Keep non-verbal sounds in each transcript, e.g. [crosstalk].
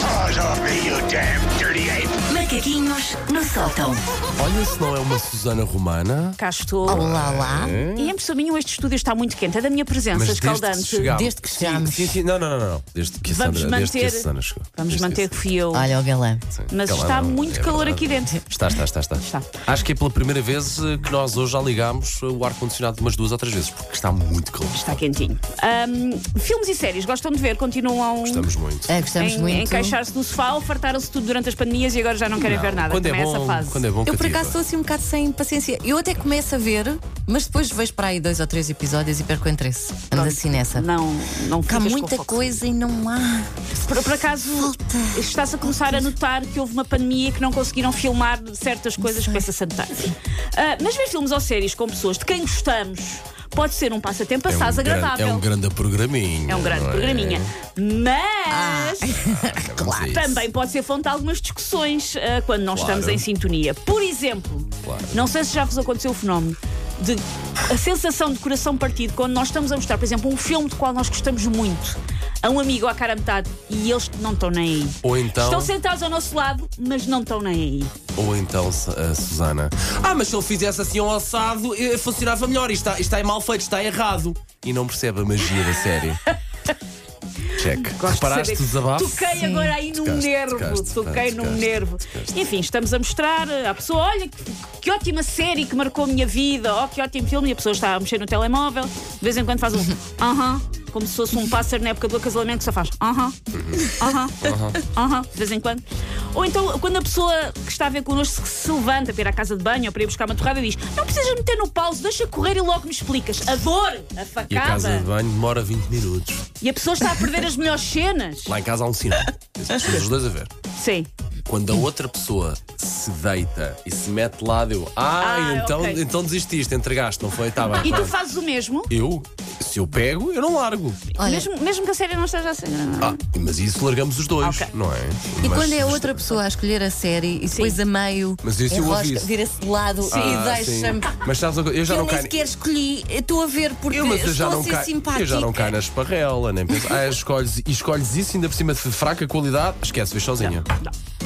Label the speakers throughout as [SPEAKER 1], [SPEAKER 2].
[SPEAKER 1] Paws off me, you damn dirty ape!
[SPEAKER 2] Macaquinhos no sótão.
[SPEAKER 3] Olha, se não é uma Susana Romana,
[SPEAKER 4] Cá estou.
[SPEAKER 2] Olá lá.
[SPEAKER 3] É.
[SPEAKER 4] E em Pessoaminho este estúdio está muito quente. É da minha presença,
[SPEAKER 3] mas desde que
[SPEAKER 4] escaldante.
[SPEAKER 3] chegámos.
[SPEAKER 2] Desde que
[SPEAKER 3] Sim,
[SPEAKER 2] chegámos.
[SPEAKER 3] Sim, sim, não, não, não, não. Desde que a
[SPEAKER 4] Vamos
[SPEAKER 3] Sandra, desde que a
[SPEAKER 4] manter-
[SPEAKER 3] Sandra chegou.
[SPEAKER 4] Vamos
[SPEAKER 3] Desde que a
[SPEAKER 4] manter que fui eu.
[SPEAKER 2] Olha o galã.
[SPEAKER 3] Sim,
[SPEAKER 4] Mas
[SPEAKER 3] calma,
[SPEAKER 4] está
[SPEAKER 3] não,
[SPEAKER 4] muito
[SPEAKER 3] é
[SPEAKER 4] calor
[SPEAKER 3] verdade.
[SPEAKER 4] aqui dentro.
[SPEAKER 3] Está, está, está, está,
[SPEAKER 4] Está.
[SPEAKER 3] Acho que é pela primeira vez eh, que nós hoje já ligámos eh, o ar-condicionado umas duas ou três vezes, porque está muito calor.
[SPEAKER 4] Está quentinho. Ahm, filmes e séries, gostam de ver? Continuam
[SPEAKER 3] Estamos muito.
[SPEAKER 5] Ah,
[SPEAKER 2] É, gostamos
[SPEAKER 4] em,
[SPEAKER 2] muito.
[SPEAKER 4] encaixar-se no sofá, ofertaram-se tudo durante as pandemias e agora já não querem ver nada.
[SPEAKER 3] Quando é
[SPEAKER 4] Também
[SPEAKER 3] bom,
[SPEAKER 4] essa fase.
[SPEAKER 3] quando é bom
[SPEAKER 5] Eu por
[SPEAKER 3] cativa.
[SPEAKER 5] acaso estou assim um bocado sem paciência. Eu até começo a ver, mas depois vejo para aí dois ou três episódios e perco o interesse. Ando assim nessa.
[SPEAKER 4] Não, não
[SPEAKER 5] Há
[SPEAKER 4] ficas com
[SPEAKER 5] muita
[SPEAKER 4] foco.
[SPEAKER 5] coisa e não há.
[SPEAKER 4] Por, por acaso, está-se a começar a notar que houve uma pandemia e que não conseguiram filmar certas coisas, começa-se a notar. Ah, mas ver filmes ou séries com pessoas de quem gostamos pode ser um passatempo
[SPEAKER 3] É um
[SPEAKER 4] assaz
[SPEAKER 3] grande-
[SPEAKER 4] agradável.
[SPEAKER 3] É um grande programinha.
[SPEAKER 4] É um grande
[SPEAKER 3] não
[SPEAKER 4] programinha. Mas
[SPEAKER 3] Vamos a isso.
[SPEAKER 4] também pode ser fonte de algumas discussões ah, quando não
[SPEAKER 3] Claro.
[SPEAKER 4] estamos em sintonia. Por exemplo,
[SPEAKER 3] Claro.
[SPEAKER 4] não sei se já vos aconteceu o fenómeno de a sensação de coração partido quando nós estamos a mostrar, por exemplo, um filme do qual nós gostamos muito a um amigo à cara a metade e eles não estão nem aí.
[SPEAKER 3] Ou então-
[SPEAKER 4] Estão sentados ao nosso lado, mas não estão nem aí.
[SPEAKER 3] Ou então Su- a Susana. Ah, mas se ele fizesse assim um alçado, eh, funcionava melhor. Isto está, isto está mal feito, está errado. E não percebe a magia da
[SPEAKER 4] [laughs]
[SPEAKER 3] série. Check.
[SPEAKER 4] Gosto de
[SPEAKER 3] Reparaste
[SPEAKER 4] saber.
[SPEAKER 3] o desabafo?
[SPEAKER 4] Toquei agora aí num
[SPEAKER 3] Tocaste,
[SPEAKER 4] nervo.
[SPEAKER 3] tocaste,
[SPEAKER 4] toquei
[SPEAKER 3] tocaste,
[SPEAKER 4] num
[SPEAKER 3] tocaste,
[SPEAKER 4] nervo.
[SPEAKER 3] tocaste.
[SPEAKER 4] Enfim, estamos a mostrar eh, à pessoa: olha que, que ótima série que marcou a minha vida, oh, que ótimo filme. E a pessoa está a mexer no telemóvel, de vez em quando faz um
[SPEAKER 3] Uhum.
[SPEAKER 4] aham, como se fosse um pássaro na época do acasalamento que só faz aham,
[SPEAKER 3] Uhum.
[SPEAKER 4] aham, aham, de vez em quando. Ou então, quando a pessoa que está a ver connosco se levanta para ir à casa de banho ou para ir buscar uma torrada, diz: Não precisas meter no pause, deixa correr e logo me explicas. A dor, a facada.
[SPEAKER 3] E a casa de banho demora 20 minutos.
[SPEAKER 4] E a pessoa está a perder as melhores cenas.
[SPEAKER 3] Lá em casa há um sinal. Estamos os dois a ver.
[SPEAKER 4] Sim.
[SPEAKER 3] Quando a outra pessoa se deita e se mete de lado, eu. Ah,
[SPEAKER 4] Ah,
[SPEAKER 3] então,
[SPEAKER 4] ok.
[SPEAKER 3] então desististe, entregaste, não foi? Está bem.
[SPEAKER 4] E tu
[SPEAKER 3] pronto."
[SPEAKER 4] fazes o mesmo?
[SPEAKER 3] Eu, se eu pego, eu não largo.
[SPEAKER 5] Olha.
[SPEAKER 4] Mesmo, mesmo que a série não esteja assim.
[SPEAKER 3] Ah, mas isso largamos os dois,
[SPEAKER 4] Ok.
[SPEAKER 3] não é?
[SPEAKER 5] E
[SPEAKER 3] Mas-
[SPEAKER 5] quando é outra pessoa a escolher a série e depois a meio,
[SPEAKER 3] Mas isso eu
[SPEAKER 5] enrosca,
[SPEAKER 3] aviso.
[SPEAKER 5] vira-se de lado e
[SPEAKER 3] Ah, sim.
[SPEAKER 5] deixa-me.
[SPEAKER 3] Mas sabes uma coisa? Eu já
[SPEAKER 5] Eu
[SPEAKER 3] não
[SPEAKER 5] nem
[SPEAKER 3] caio.
[SPEAKER 5] sequer escolhi, eu estou a ver porque
[SPEAKER 3] Eu, mas eu
[SPEAKER 5] estou
[SPEAKER 3] já,
[SPEAKER 5] a
[SPEAKER 3] não
[SPEAKER 5] ser
[SPEAKER 4] assim
[SPEAKER 3] caio,
[SPEAKER 5] simpática.
[SPEAKER 3] eu já não caio na esparrela, nem penso. Ah, escolhes, e escolhes isso ainda por cima de fraca qualidade, esquece, vês sozinha.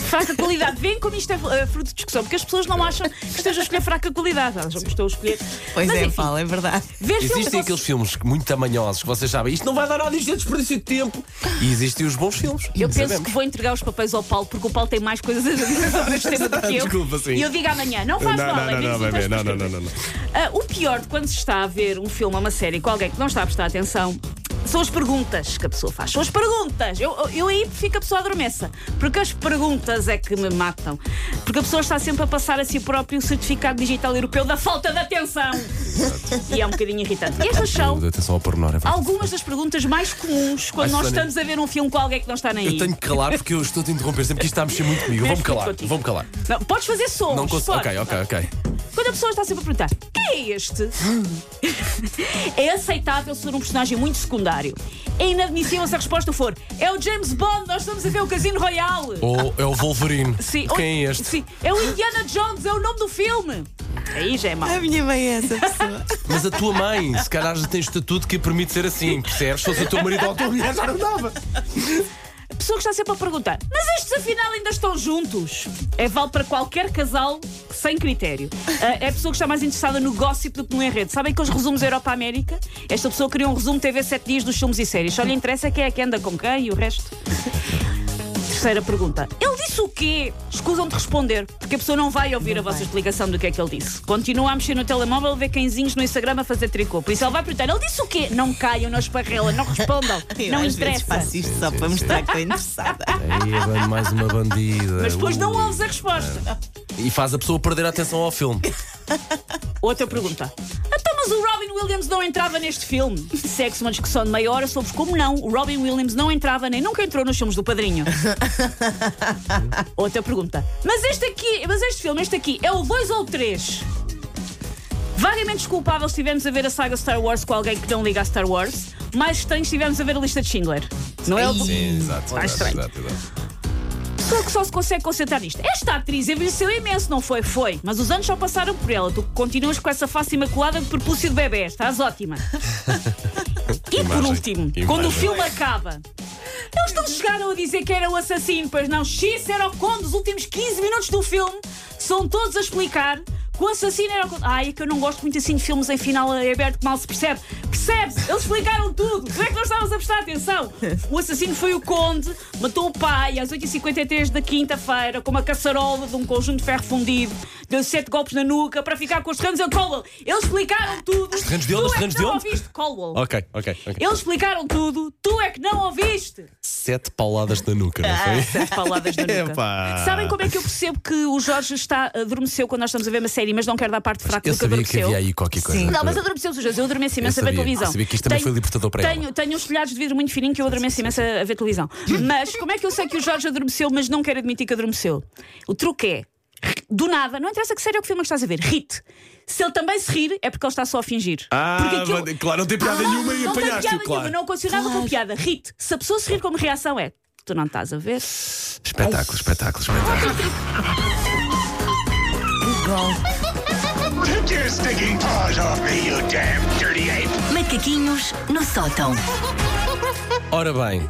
[SPEAKER 4] Fraca qualidade. Vem como isto é eh, fruto de discussão, porque as pessoas não acham que esteja a escolher fraca qualidade. Elas acham que estou a escolher.
[SPEAKER 5] Pois
[SPEAKER 4] Mas,
[SPEAKER 5] é,
[SPEAKER 4] enfim,
[SPEAKER 5] Paulo, é verdade.
[SPEAKER 4] Vês filmes
[SPEAKER 3] Existem
[SPEAKER 4] com-
[SPEAKER 3] aqueles filmes que- muito tamanhosos que vocês sabem, isto não vai dar nada, isto é desperdício de tempo. E existem os bons filmes.
[SPEAKER 4] Eu penso
[SPEAKER 3] sabemos.
[SPEAKER 4] que vou entregar os papéis ao Paulo, porque o Paulo tem mais coisas a dizer sobre
[SPEAKER 3] [laughs]
[SPEAKER 4] este tema do que eu.
[SPEAKER 3] Desculpa, sim.
[SPEAKER 4] E eu digo amanhã, não faz mal, é menos um texto para escrever.
[SPEAKER 3] não.
[SPEAKER 4] Ah, o pior de quando se está a ver um filme ou uma série com alguém que não está a prestar atenção são as perguntas que a pessoa faz. São as perguntas. Eu, eu aí fico a pessoa adormeça. Porque as perguntas é que me matam. Porque a pessoa está sempre a passar a si próprio o certificado digital europeu da falta de atenção. e é um bocadinho irritante. E estas são
[SPEAKER 3] Atenção ao pormenor, é verdade.
[SPEAKER 4] algumas das perguntas mais comuns quando
[SPEAKER 3] Ai,
[SPEAKER 4] nós
[SPEAKER 3] Sónia.
[SPEAKER 4] estamos a ver um filme com alguém que não está nem aí.
[SPEAKER 3] Eu tenho que calar porque eu estou a te interromper sempre que isto está a mexer muito comigo. Eu Vou-me calar,
[SPEAKER 4] Contigo. Oh,
[SPEAKER 3] vou-me calar.
[SPEAKER 4] Não, podes fazer sons.
[SPEAKER 3] Não consigo.
[SPEAKER 4] podes.
[SPEAKER 3] Ok, ok, ok.
[SPEAKER 4] Quando a pessoa está sempre a perguntar quem é este? é aceitável ser um personagem muito secundário. É inadmissível se a resposta for é o James Bond, nós estamos a ver o Casino Royale.
[SPEAKER 3] Ou é o Wolverine.
[SPEAKER 4] Sim, ou-
[SPEAKER 3] Quem é este?
[SPEAKER 4] Sim, é o Indiana Jones, é o nome do filme. Aí já é mau.
[SPEAKER 5] A minha mãe é essa pessoa.
[SPEAKER 3] Mas a tua mãe, se calhar, já tem estatuto que a permite ser assim, percebes? Se fosse o teu marido ou a tua mulher, já não um dava.
[SPEAKER 4] A pessoa que está sempre a perguntar mas estes afinal ainda estão juntos? É vale para qualquer casal sem critério. Ah, É a pessoa que está mais interessada no gossip do que no enredo. Sabem que os resumos Europa-América? Esta pessoa criou um resumo TV 7 dias dos filmes e séries. Só lhe interessa quem é que anda com quem e o resto. Terceira pergunta. Ele disse o quê? Escusam de responder, porque a pessoa não vai ouvir a vossa explicação do que é que ele disse. Continua a mexer no telemóvel, ver cãezinhos no Instagram a fazer tricô. Por isso ele vai perguntar: ele disse o quê? Não caiam na
[SPEAKER 5] [laughs]
[SPEAKER 4] esparrela, não respondam.
[SPEAKER 5] Eu
[SPEAKER 4] não
[SPEAKER 5] às vezes
[SPEAKER 4] interessa.
[SPEAKER 5] faço isto só para mostrar que estou interessada.
[SPEAKER 3] Aí, mais uma bandida.
[SPEAKER 4] Mas depois não ouves a resposta.
[SPEAKER 3] E faz a pessoa perder a atenção ao filme.
[SPEAKER 4] Outra pergunta. Então, mas o Robin Williams não entrava neste filme? Segue-se uma discussão de meia hora sobre como não. O Robin Williams não entrava nem nunca entrou nos filmes do Padrinho. Outra pergunta. Mas este aqui, mas este filme, este aqui, é o 2 ou o 3? Vagamente desculpável se estivermos a ver a saga Star Wars com alguém que não liga a Star Wars, mais estranho se estivermos a ver a lista de Schindler. Não é o
[SPEAKER 3] exato.
[SPEAKER 4] Ah, exato, estranho. Pessoa que só se consegue concentrar nisto. Esta atriz envelheceu imenso, não foi? Foi. Mas os anos só passaram por ela. Tu continuas com essa face imaculada de prepúcio de
[SPEAKER 3] [laughs]
[SPEAKER 4] bebê. Estás ótima. e por
[SPEAKER 3] Imagem.
[SPEAKER 4] último,
[SPEAKER 3] Imagem.
[SPEAKER 4] quando o filme acaba. Eu Mas não chegaram a dizer que era o assassino, pois não? X era o conde. Os últimos 15 minutos do filme são todos a explicar que o assassino era o conde. Ai, é que eu não gosto muito assim de filmes em final eh, aberto que mal se percebe. Percebe-se? Eles explicaram tudo. Como é que nós estávamos a prestar atenção? O assassino foi o conde, matou o pai às 8h53 da quinta-feira com uma caçarola de um conjunto de ferro fundido. Deu sete golpes na nuca para ficar com os terrenos em Colwell. Eles explicaram tudo. Os
[SPEAKER 3] terrenos de onde? Os terrenos de
[SPEAKER 4] não
[SPEAKER 3] onde?
[SPEAKER 4] ouviste Colwell.
[SPEAKER 3] Ok, ok, ok.
[SPEAKER 4] Eles explicaram tudo, tu é que não ouviste!
[SPEAKER 3] Sete pauladas na nuca, não foi?
[SPEAKER 4] Sete
[SPEAKER 3] [laughs]
[SPEAKER 4] pauladas da nuca.
[SPEAKER 3] Epá.
[SPEAKER 4] Sabem como é que eu percebo que o Jorge está, adormeceu quando nós estamos a ver uma série, mas não quero dar parte fraca
[SPEAKER 3] Eu
[SPEAKER 4] do que
[SPEAKER 3] sabia que
[SPEAKER 4] adormeceu?
[SPEAKER 3] havia aí qualquer coisa.
[SPEAKER 4] Não, mas adormeceu-se, Jorge. Eu adormeço imenso
[SPEAKER 3] Eu
[SPEAKER 4] a ver
[SPEAKER 3] sabia.
[SPEAKER 4] televisão.
[SPEAKER 3] Sabia que isto também foi libertador para ela.
[SPEAKER 4] tenho, tenho uns telhados de vidro muito fininho que eu adormeço imenso a
[SPEAKER 3] [laughs]
[SPEAKER 4] ver televisão. Mas como é que eu sei que o Jorge adormeceu, mas não quero admitir que adormeceu? O truque é, do nada, não interessa que série ou que filme que estás a ver, rite. Se ele também se rir, é porque ele está só a fingir. porque
[SPEAKER 3] Ah,
[SPEAKER 4] aquilo-
[SPEAKER 3] mas- claro, não tem piada nenhuma e
[SPEAKER 4] não tem
[SPEAKER 3] apanhaste-o,
[SPEAKER 4] piada nenhuma,
[SPEAKER 3] claro.
[SPEAKER 4] não considerava como piada. Rite. Se a pessoa se rir como reação é. Tu não estás a ver?
[SPEAKER 3] Espetáculo, espetáculo, espetáculo.
[SPEAKER 1] Take your stinking paws off me, you damn dirty ape!
[SPEAKER 2] Macaquinhos no sótão.
[SPEAKER 3] Ora bem,